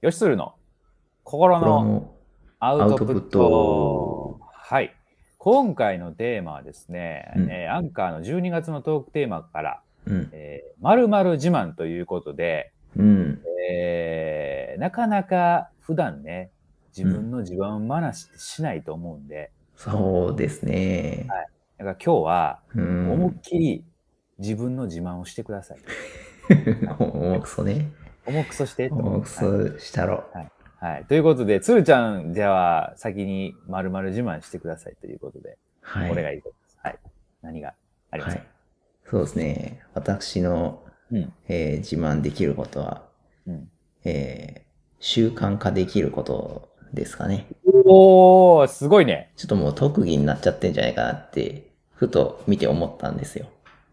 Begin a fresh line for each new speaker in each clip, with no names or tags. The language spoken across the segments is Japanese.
よしするの心の
の
アウトプ
ア
ッ
ウトプッ
ト
ト。
はい。今回のテーマはですね、
うん
えーアンカーの12月のトークテーマから、
うん。
えー、〇〇自慢ということで、
うん。
えーなかなか普段ね、自分の自慢話ってしないと思うんで、
そうですね。
だから今日は
うん。
思いっきり自分の自慢をしてください。
重くそね。
重くそしてと。は
重く
い
そしたろ。
はい。ということで、つるちゃん、じゃあ、先に〇〇自慢してくださいということで、
はい。
お願いいたします。はい。何がありま
は
す
い。そうですね。私の、
うん
えー自慢できることは、
うん
えー習慣化できることですかね。
おー、すごいね。
ちょっともう特技になっちゃってんじゃないかなって、ふと見て思ったんですよ。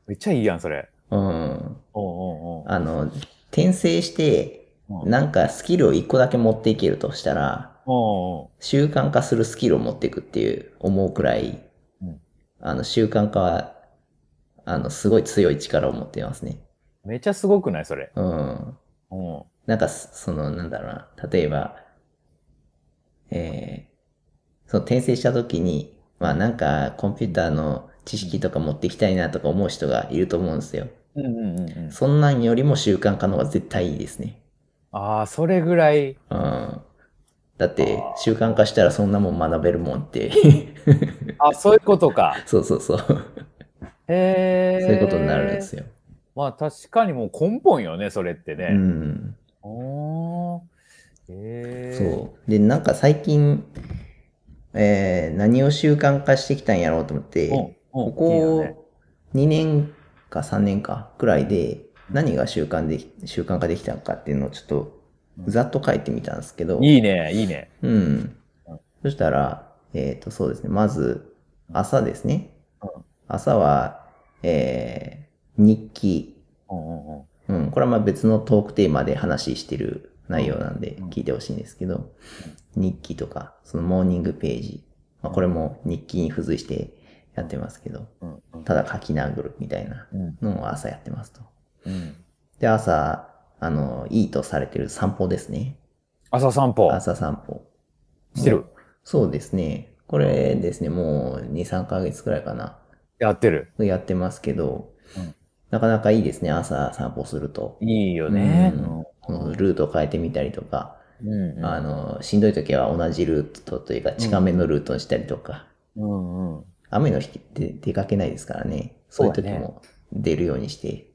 めっちゃいいやん、それ。
うん。
おうおうおう
あの、転生して、
うん
なんかスキルを一個だけ持っていけるとしたら、
おうおう
習慣化するスキルを持っていくっていう思うくらい、
うん
あの習慣化は、あの、すごい強い力を持っていますね。
めっちゃすごくないそれ。
うん。
うん。
なんかす、その、なんだろうな。例えば、えー、その転生した時に、まあなんかコンピューターの知識とか持っていきたいなとか思う人がいると思うんですよ。
うんうんうんうん。
そんなんよりも習慣化の方が絶対いいですね。
ああ、それぐらい。
うん。だって
あー
習慣化したらそんなもん学べるもんって。
あそういうことか。
そうそうそう。
へえ。
そういうことになるんですよ。
まあ確かにもう根本よね、それって
う
ね。
ん。
おーへえ。
そう。で、なんか最近、えー何を習慣化してきたんやろうと思って、
うん。うん
こ
いいよね
こ2年か3年かくらいで、何が習慣でき、習慣化できたのかっていうのをちょっと、ざっと書いてみたんですけど、
いいね、いいね。
うん。そしたら、えっ、と、そうですね。まず、朝ですね
うん。
朝は、えー日記。
うんうんうん。
うん。これはまあ別のトークテーマで話してる内容なんで
うん
聞いてほしいんですけど、日記とか、そのモーニングページ。まあ、これも日記に付随してやってますけど、
うんうん
ただ書き殴るみたいな
うん
のを朝やってますと。
うん。
で、朝、あの、いいとされてる散歩ですね。
朝散歩
朝散歩。
してる。
そうですね。これですね、もう2、3ヶ月くらいかな。
やってる。
やってますけど、
うん
なかなかいいですね、朝散歩すると。
いいよね。
うんこのルートを変えてみたりとか、
うんうん
あの、しんどい時は同じルートというか、近めのルートにしたりとか、
うんうん。
雨の日って出かけないですからね、そういう時
そうだね
も出るようにして、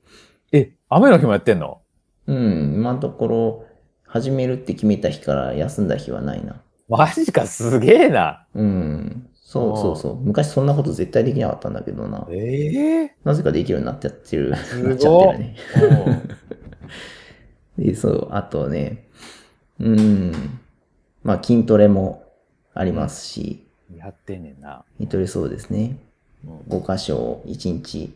え、雨の日もやってんの
うん、今のところ、始めるって決めた日から休んだ日はないな。
マジか、すげえな。
うん、そうそうそう。昔そんなこと絶対できなかったんだけどな。
ええ
なぜかできるようになっちゃってる。
すごい
なっちゃってるね。
うん
で、そう、あとね、うん、まあ筋トレもありますし、
やってんねんな。
筋トレそうですね。
うん
5箇所を1日、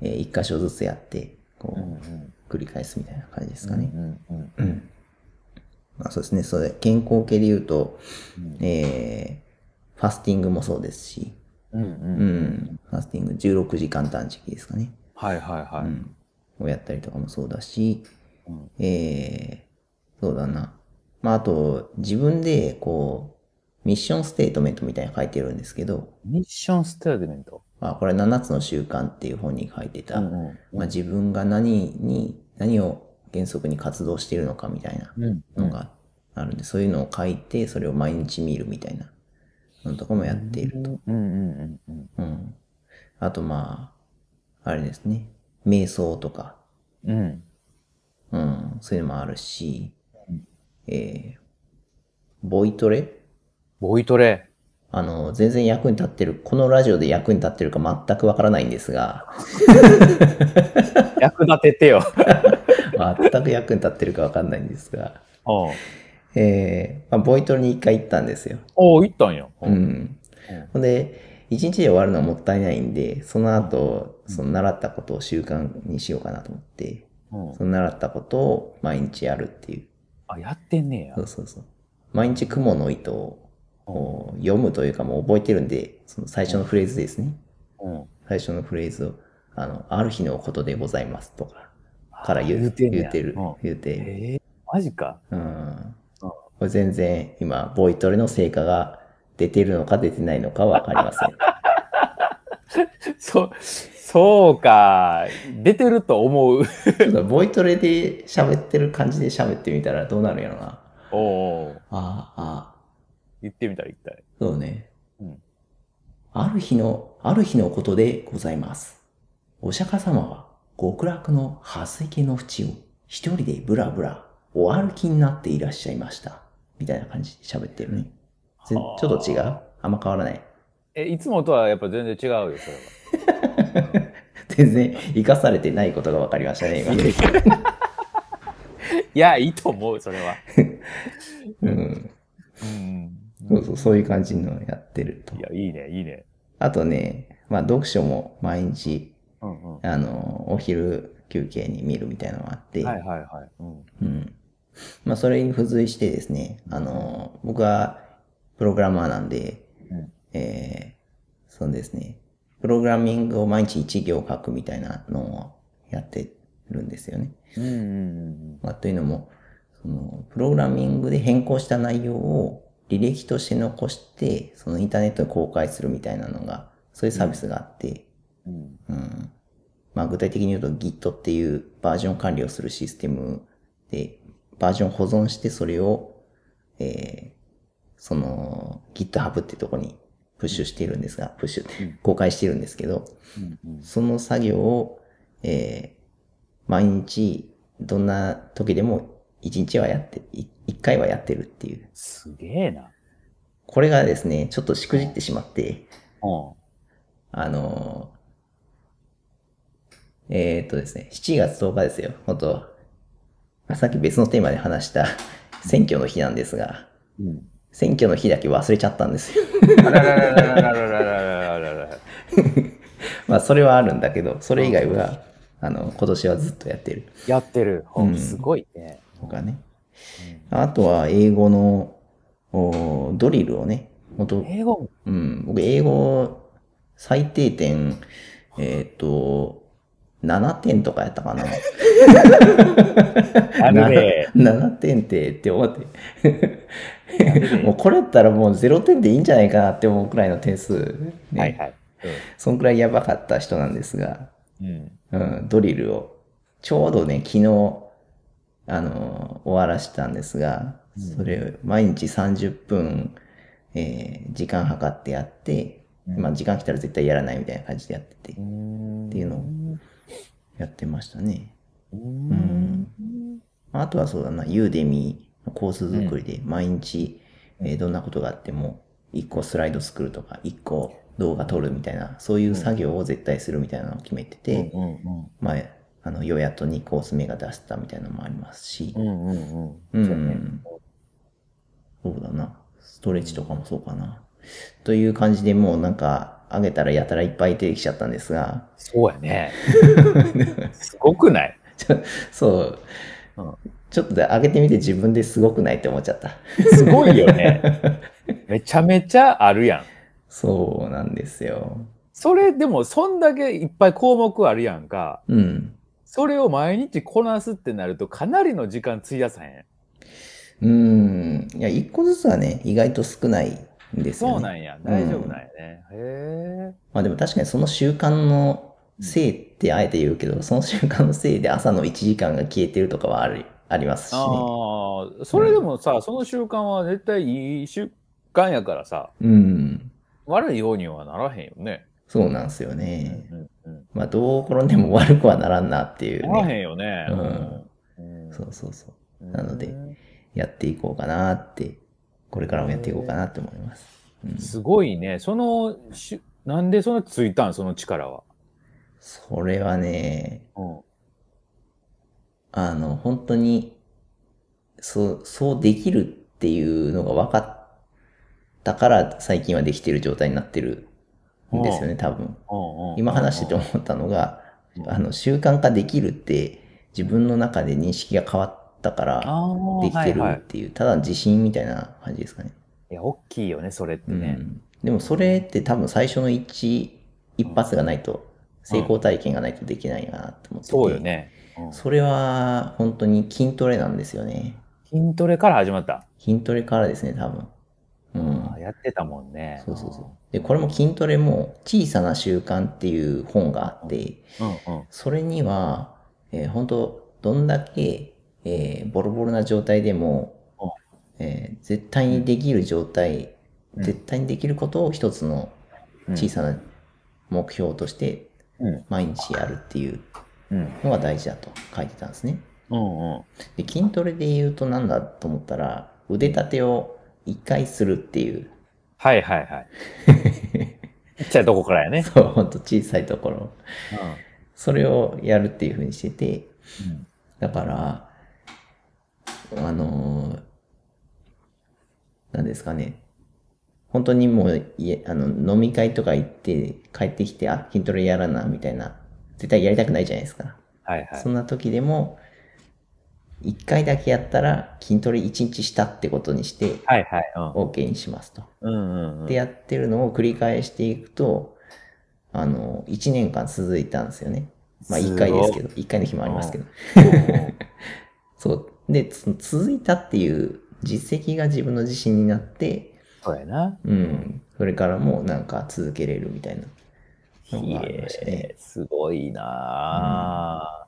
えー1箇所ずつやって、こ
うんう、
うん繰り返すみたいな感じですかね
う。んうん
うん。まあそうですね、それ、健康系で言うと、
うん
えーファスティングもそうですし、
うん
う
うん
ん、ファスティング16時間断食ですかね。
はいはいは
う
い。
ん。をやったりとかもそうだし、
うん
えー、そうだな。まあ、あと、自分で、こう、ミッションステートメントみたいに書いてるんですけど、
ミッションステートメント。
まあ、これ7つの習慣っていう本に書いてた、
うんうん
まあ、自分が何に、何を原則に活動しているのかみたいな
うん
のがあるんで、そういうのを書いて、それを毎日見るみたいなのとかもやっていると。
うんうんうんうん
うん。あと、まあ、あれですね。瞑想とか、
うん。
うん、そういうのもあるし
うん、
えー、ボイトレ
ボイトレ。
あの、全然役に立ってる、このラジオで役に立ってるか全くわからないんです が、
役立ててよ。
全く役に立ってるかわかんないんですが、
お
えー、まあ、ボイトレに一回行ったんですよ。
おー、行ったんや。
う。ん。ほんで、一日で終わるのはもったいないんで、その後、その習ったことを習慣にしようかなと思って、
うん
その習ったことを毎日やるっていう。
あ、やってんねや
そ。うそうそう。毎日雲の糸をこう読むというかもう覚えてるんで、その最初のフレーズですね。
うん。
最初のフレーズを、あの、ある日のことでございますとか、から言う
言うてんねや
言うてる
うん。
言うてる。
ええ、マジか。
うん。
う
これ全然今、ボイトレの成果が出ているのか出てないのかわかりません。
そ、そうか。出てると思う。
ちょっとボイトレで喋ってる感じで喋ってみたらどうなるんやろな。
おお。
ああ、ああ、
言ってみたら一体。
そうね。
うん
ある日の、ある日のことでございます。お釈迦様は極楽の蓮池の淵を一人でブラブラお歩きになっていらっしゃいました。みたいな感じで喋ってるね。ぜち
はあ
ょっと違うあんま変わらない。
え、いつもとはやっぱ全然違うよ、それは。
全然生かされてないことが分かりましたね、今。
いや、いいと思う、それは。
うん。
うん。
そうそう、そういう感じのやってると
い。や、いいね、いいね。
あとね、まあ読書も毎日、
うんうん。は
あの、お昼休憩に見るみたいなのがあって、
いはいはい。うん。
うん。まあ、それに付随してですね、あの、僕はプログラマーなんで、
うん
えー、そうですね、プログラミングを毎日一行書くみたいなのをやってるんですよね。
うんうん
まあ、というのも、その、プログラミングで変更した内容を履歴として残して、そのインターネットで公開するみたいなのが、そういうサービスがあって、
うんうん。
うんまあ、具体的に言うと Git っていうバージョン管理をするシステムで、バージョン保存してそれを、えーその GitHub ってとこにプッシュしているんですが、プッシュって
うん
公開してるんですけど、
うんうん。
その作業を、えー毎日どんな時でも1日はやって、1回はやってるっていう。
すげえな。
これがですね、ちょっとしくじってしまって、
うん。
あのーえーっとですね、7月10日ですよ、本当まあさっき別のテーマで話した 選挙の日なんですが、
うん、
選挙の日だけ忘れちゃったんですよ。
あららららららららららら。
まあ、それはあるんだけど、それ以外は、あの、今年はずっとやってる
やってる。
うん
すごいね。
とかね。あとは、英語のおードリルをね、本
う
当
ん英語も
うん、僕、英語、最低点、えーっと、7点とかやったかな。
ある ね。
7点ってって思って。
ある
も
ね
うこれだったらもう0点でいいんじゃないかなって思うくらいの点数、ね
はいはい。
そんくらいやばかった人なんですが、
うんうん。
うん、ドリルを、ちょうどね、昨日、あのー終わらしたんですが、
うん
それ、毎日30分、えー時間計ってやって、
うん
まあ時間来たら絶対やらないみたいな感じでやってて、
ん
っていうのをやってましたね。
うん。
まああとはそうだな、ユーデミーのコース作りで毎日、えーどんなことがあっても、1個スライド作るとか、1個動画撮るみたいな、そういう作業を絶対するみたいなのを決めてて、
うんうん
まあ、あの、ようやっと2コース目が出せたみたいなのもありますし
う、んうん
うん、
そうね
そうだな、ストレッチとかもそうかな。という感じでもうなんか、あげたらやたらいっぱい出てきちゃったんですが、
そうや ね。すごくない
そう、
うん
ちょっとで上げてみて自分ですごくないって思っちゃった。
すごいよね。めちゃめちゃあるやん。
そうなんですよ。
それでもそんだけいっぱい項目あるやんか。
うん。
それを毎日こなすってなるとかなりの時間費やさへん。
うん。いや、一個ずつはね、意外と少ないんですよ、ね。
そうなんや。大丈夫なんやね。へえ。
まあでも確かにその習慣のせいってあえて言うけど、その習慣のせいで朝の1時間が消えてるとかはあるありますしね。
ああ、それでもさ、その習慣は絶対いい習慣やからさ、
うん。
悪いようにはならへんよね。
そうなんですよ
う
ね。
んうん、
まあどう転んでも悪くはならんなっていううん
なら
ね。
へんよね。うん
そうそうそう。
うん
なのでやっていこうかなって、これからもやっていこうかなって思います。うん、
すごいね。そのし、なんでそのついたんその力は。
それはね、
うん
あの、本当に、そう、そうできるっていうのが分かったから、最近はできてる状態になってるんですよね、多分。
うんうん
今話してて思ったのが
う、ん
あの、習慣化できるって、自分の中で認識が変わったから、
あー
できてる
はいは
っ
い。
ていう、ただ自信みたいな感じですかね。
いや、大きいよね、それって
う
ね。
ん。でもそれって多分最初の一、一発がないと、成功体験がないとできないなと思ってて
そうよね。うん
それは本当に筋トレなんですよね。
筋トレから始まった。
筋トレからですね、多分。うん
あ。やってたもんね。
そうそうそう。で、これも筋トレも、小さな習慣っていう本があって、
うんうん。
それには、えー本当どんだけ、えーボロボロな状態でも、えー絶対にできる状態、
うん
絶対にできることを一つの
うん
小さな目標として
うん
毎日やるっていう
うん
のが大事だと書いてたんですね。
うんうん。
で筋トレで言うとなんだと思ったら、腕立てを1回するっていう、
はいはい はい。ちっちゃいとこからやね。
そう、ほんと小さいところ、
う
それをやるっていうふうにしてて、
んうん。
だから、あのー、なんですかね。本当にもう、いえあの、飲み会とか行って、帰ってきて、あ、筋トレやらな、みたいな。絶対やりたくないじゃないですか。
はいはい
そ。んな時でも、一回だけやったら、筋トレ一日したってことにして、
はいはい。
OK にしますと。
うんうんうん。
で、やってるのを繰り返していくと、あの、一年間続いたんですよね。まあ、一回ですけど、一回の日もありますけど。 そう。で、その続いたっていう実績が自分の自信になって、
そうやな。
うん。それからもなんか続けれるみたいなのがありましたね。
えーすごいなあ、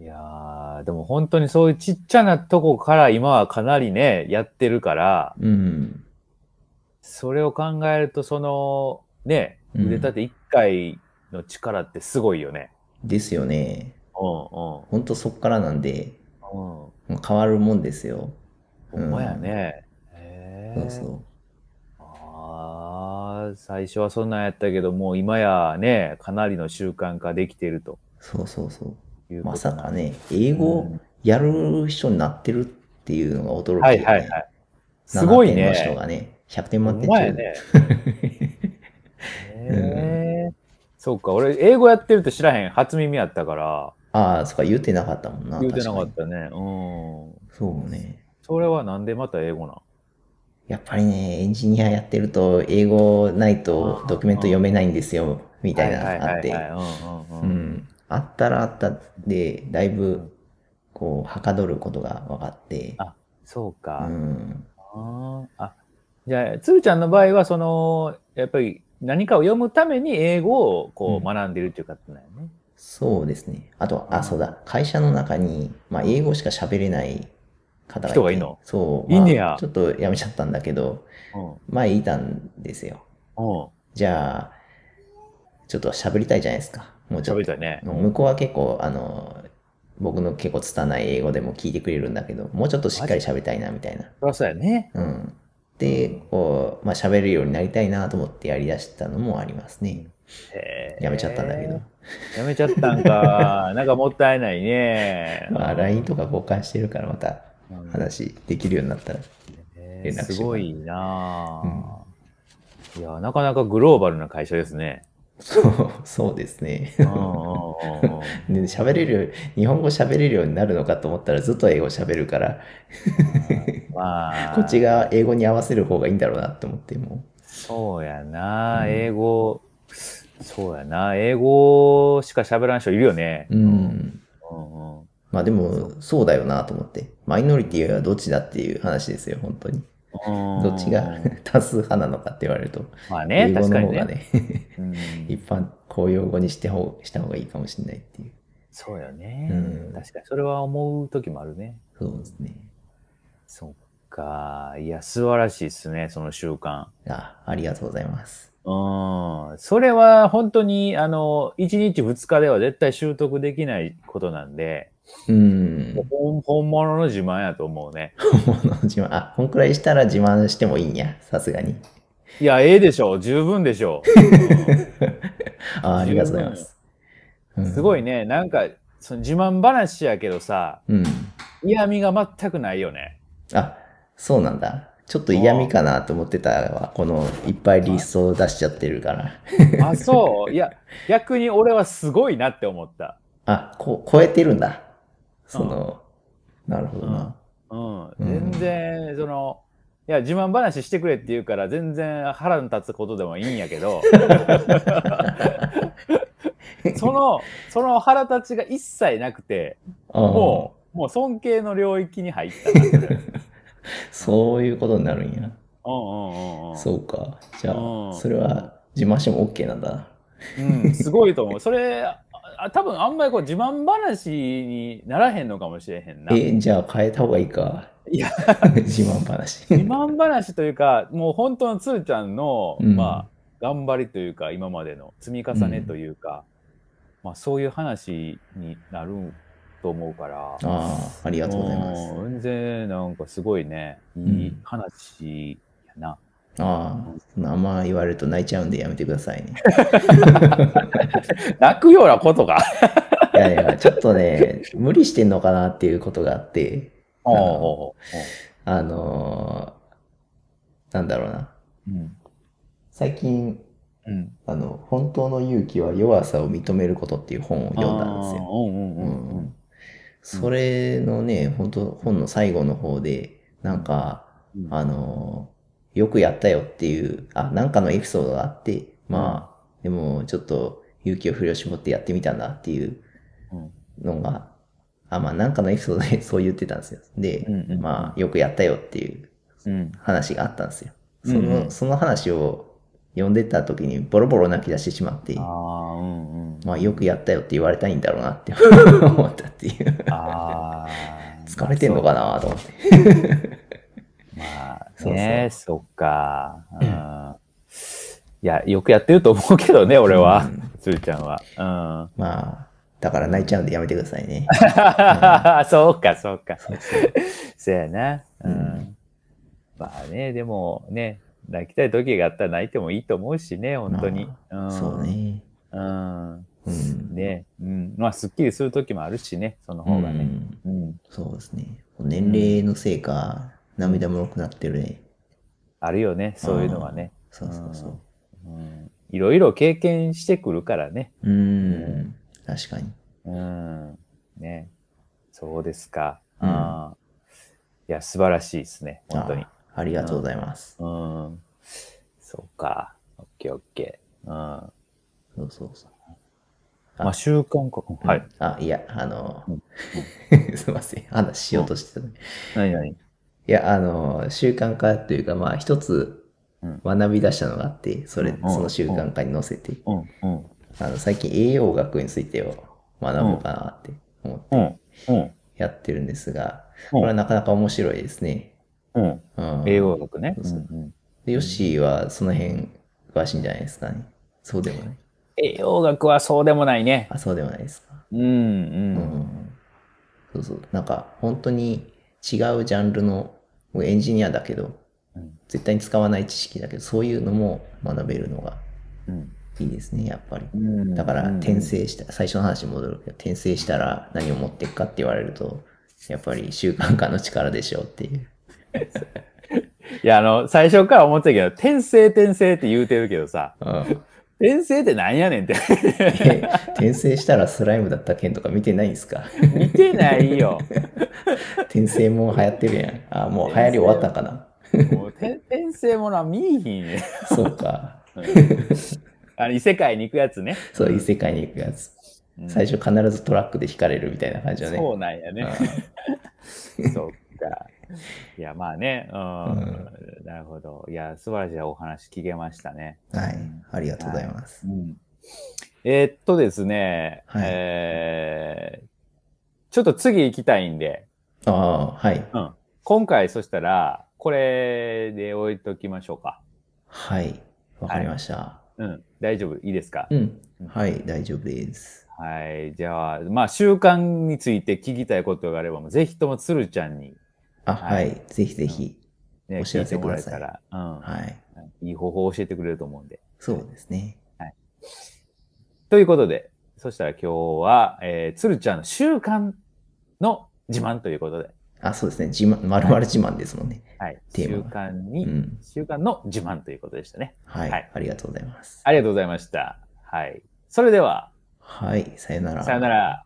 いやあでも本当にそういうちっちゃなとこから今はかなりね、やってるから、
うん。
それを考えると、その、ね、
うん
腕立て1回の力ってすごいよね。
ですよね。
う
ほんとそっからなんで、
んうん。うん。
もう変わるもんですよ。
ほんまやね。へえ
そうそう。
ああ、最初はそんなんやったけど、もう今やね、かなりの習慣化できていると
そうそうそう。
いうこと
まさか
ね。
ね、英語やる人になってるっていうのが驚き、ね
はいはいはい。すごい
7点の人
ね。
がね、100点
ほ
満
ん
点
ま
中。
や ね。へえそうか、俺、英語やってるって知らへん、初耳やったから、
ああ、そっか、言ってなかったもんな。
言うてなかっ
確
たね。うん。
にそうね。
それはなんでまた英語なん
やっぱりね、エンジニアやってると、英語ない
あ
と
ー
ドキュメント読めないんですよ、み
み
たいなのあって。
うんう
うん
うん。
ん。あったらあったで、だいぶ、こう、はかどることが分かって。
あそうか
う。ん。
あーあじゃあ、つーちゃんの場合は、その、やっぱり何かを読むために英語をこう
うん
学んでるっていうことなんよね。
そうですね。あと、
うん
あ、そうだ。会社の中に、まあ、英語しか喋れない方がいて
人がいんの
そう。
いんね
ま
や
あちょっとやめちゃったんだけど、
うん。
前いたんですよ。
うん。
じゃあ、ちょっと喋りたいじゃないですか。もうちょっ
喋
と
りたいね。
向こうは結構、あの、僕の結構拙い英語でも聞いてくれるんだけど、もうちょっとしっかり喋りたいな、みたいな。
そりゃそうやね。
うん。で、こう、まあ、喋れるようになりたいなと思ってやりだしたのもありますね。
へー
やめちゃったんだけど。。
やめちゃったんか。なんかもったいない ね。
まあ、LINE とか交換してるから、また
うん
話できるようになったら。
へー
連絡します
すごいなあ、いや、なかなかグローバルな会社ですね。
そう、そうですね。
うんうんうんうん
で喋れる、日本語喋れるようになるのかと思ったら、ずっと英語喋るから、
まあ、
こっちが英語に合わせる方がいいんだろうなって思って、もう。
そうやな、
うん
英語、そうやな、英語しか喋らん人いるよね。
う。ん。
うんうん
まあでも、そうだよなと思って。マイノリティはどっちだっていう話ですよ、本当に。どっちが 多数派なのかって言われると。
まあね、
英語
確
の
かに
方が
ね。
ね、
うん
一般公用語にしてほした方がいいかもしれないっていう。
そうよね、
うん
確かに、それは思う時もあるね。
そうですね。
そっか。いや、素晴らしいですね、その習慣。
あ、ありがとうございます。
うん。それは本当に、あの、1日2日では絶対習得できないことなんで、
うん。
本本物の自慢やと思うね。
本物の自慢。あ、こんくらいしたら自慢してもいいんや、さすがに。
いや、ええでしょう。十分でしょう。
あありがとうございます。うん
すごい。ね、なんか、その自慢話やけどさ、
うん。
嫌味が全くないよね。
あ、そうなんだ。ちょっと嫌味かなと思ってたわ。この、いっぱいリストを出しちゃってるから。
あ、そう。いや、逆に俺はすごいなって思った。
あ、こ、超えてるんだ。その、なるほどな。
うん。
う
全
ん
然、その、いや、自慢話してくれって言うから、全然腹の立つことでもいいんやけど、その、その腹立ちが一切なくて、
ああ
ももう尊敬の領域に入ったな。それ
そういうことになるんや。
うんうんうんうん。
そうか。じゃ
う
あ、
ん
それは自慢しても OK なんだな。
うん、すごいと思う。それ、ああ多分あんまりこう自慢話にならへんのかもしれへんな。
え、じゃあ変えた方がいいか。
いや、
自慢話。
自慢話というか、もう本当のつーちゃんの、
うん
まあ、頑張りというか、今までの積み重ねというか、まあ、そういう話になると思うから、
ああ、ありがとうございます。
うん全然、なんかすごいね、いい話やな。
ああ、そんなあんま言われると泣いちゃうんでやめてくださいね。
泣くようなことが。
いやいや、ちょっとね、無理してんのかなっていうことがあって、
おうお
あのーなんだろうな。
うおううん
最近、
うん
あの、本当の勇気は弱さを認めることっていう本を読んだんです
あー
よ。
うんうんうん
う
うん
んそれのね、本当本の最後の方で、なんか、
うん
あのーよくやったよっていう、あ、なんかのエピソードがあって、まあ、でもちょっと勇気を振り絞ってやってみたんだっていう
うん
のが、あ、まあ、なんかのエピソードでそう言ってたんですよ。で、
うんうん
まあ、よくやったよっていう
うん
話があったんですよ。
う
そ
んうん
の、その話を読んでた時にボロボロ泣き出してしまって、
ああ、うんうん。
まあ、よくやったよって言われたいんだろうなって 思ったっていう。
ああ。
疲れてんのかなと思って。
まあ、
そうそう
ねそっか。うん。いや、よくやってると思うけどね、俺は
うん、
つーちゃんは。
まあ、だから泣いちゃうんでやめてくださいね。
うん。 そうか、そうか。そうやな。う
うん
ん。まあね、でもね、泣きたい時があったら泣いてもいいと思うしね、本当に。ん
そう。ね。
うん。
うん。
ね、うん。まあ、すっきりする時もあるしね、その方が
う
ね。
ん
うん。
そうですね。年齢のせいか、涙もろくなってるね。
あるよね、そういうのはね。
そうそうそう。
うんいろいろ経験してくるからね。
うん。確かに。
うん。ね。そうですか。
うん
あーいや、素晴らしいですね。本当に
あ。ありがとうございます。
うん。そうか。オッケーオッケー。うん。ま
そうそうそう。
あ、習慣か。はい。。
あ、いや、あの
うん、
すいません。話しようとしてたのに。
何何
いや、あの、習慣化というか、まあ、一つ
うん
学び出したのがあって、それ、
うん
その習慣化に乗せて、
うん、うん、
あの、最近栄養学についてを学ぼうかなって思って
うん、うん、
やってるんですが、
うん
これはなかなか面白いですね。
うん。
うん。
栄養学ね。
そうそう
うんうん
でヨッシーはその辺詳しいんじゃないですかね。そうでもない。
栄養学はそうでもないね。
あ、そうでもないですか。
うん、
う
うん。
ん。そうそう。なんか、本当に違うジャンルの、僕エンジニアだけど
うん、
絶対に使わない知識だけど、そういうのも学べるのが
うん
いいですね、やっぱり。
うん
だから、
うん
転生した、最初の話に戻るけど、転生したら何を持っていくかって言われると、やっぱり習慣化の力でしょうっていう。
いや、あの、最初から思ってたけど、転生転生って言うてるけどさ、
うん、
転生ってなんやねんって。
え転生したらスライムだった件とか見てないんです か
見てないよ。
転生も流行ってるやん。あ、もう流行り終わったん かな。
もう転転生もな、見いひ んねん。
そうか。
あの異世界に行くやつね。
そう、異世界に行くやつ。
うん
最初必ずトラックで引かれるみたいな感じだね。
そうなんやね。 そっか。いや、まあね、うん、なるほど。いや、素晴らしいお話聞けましたね。
うんはい。ありがとうございます。
うん、えーっとですね、
はい
えーちょっと次行きたいんで、
ああ、はい。
今回そしたら、これで置いときましょうか。
はい。わかりました。
うん、大丈夫、いいですか。
うん
うん。
はい、大丈夫です。
はい、じゃあ、まあ、習慣について聞きたいことがあれば、もうぜひともつるちゃんに、
あ、
は
はいい。ぜひぜひ。
ね、
教
聞
え
いて
て
も
く
ら
だ
え
さい
たら、うん
はい。
いい方法を教えてくれると思うんで。
そうですね。
ということで、そしたら今日は、えー、つるちゃんの習慣の自慢ということで、
あ、そうですね。自慢、まるまる自慢ですもんね。
はい、
テ
習
ーマ
慣に、
うん。
習慣の自慢ということでしたね。
は
はいい。
ありがとうございます。
ありがとうございました。はい。それでは、
はい。さよなら。
さよなら。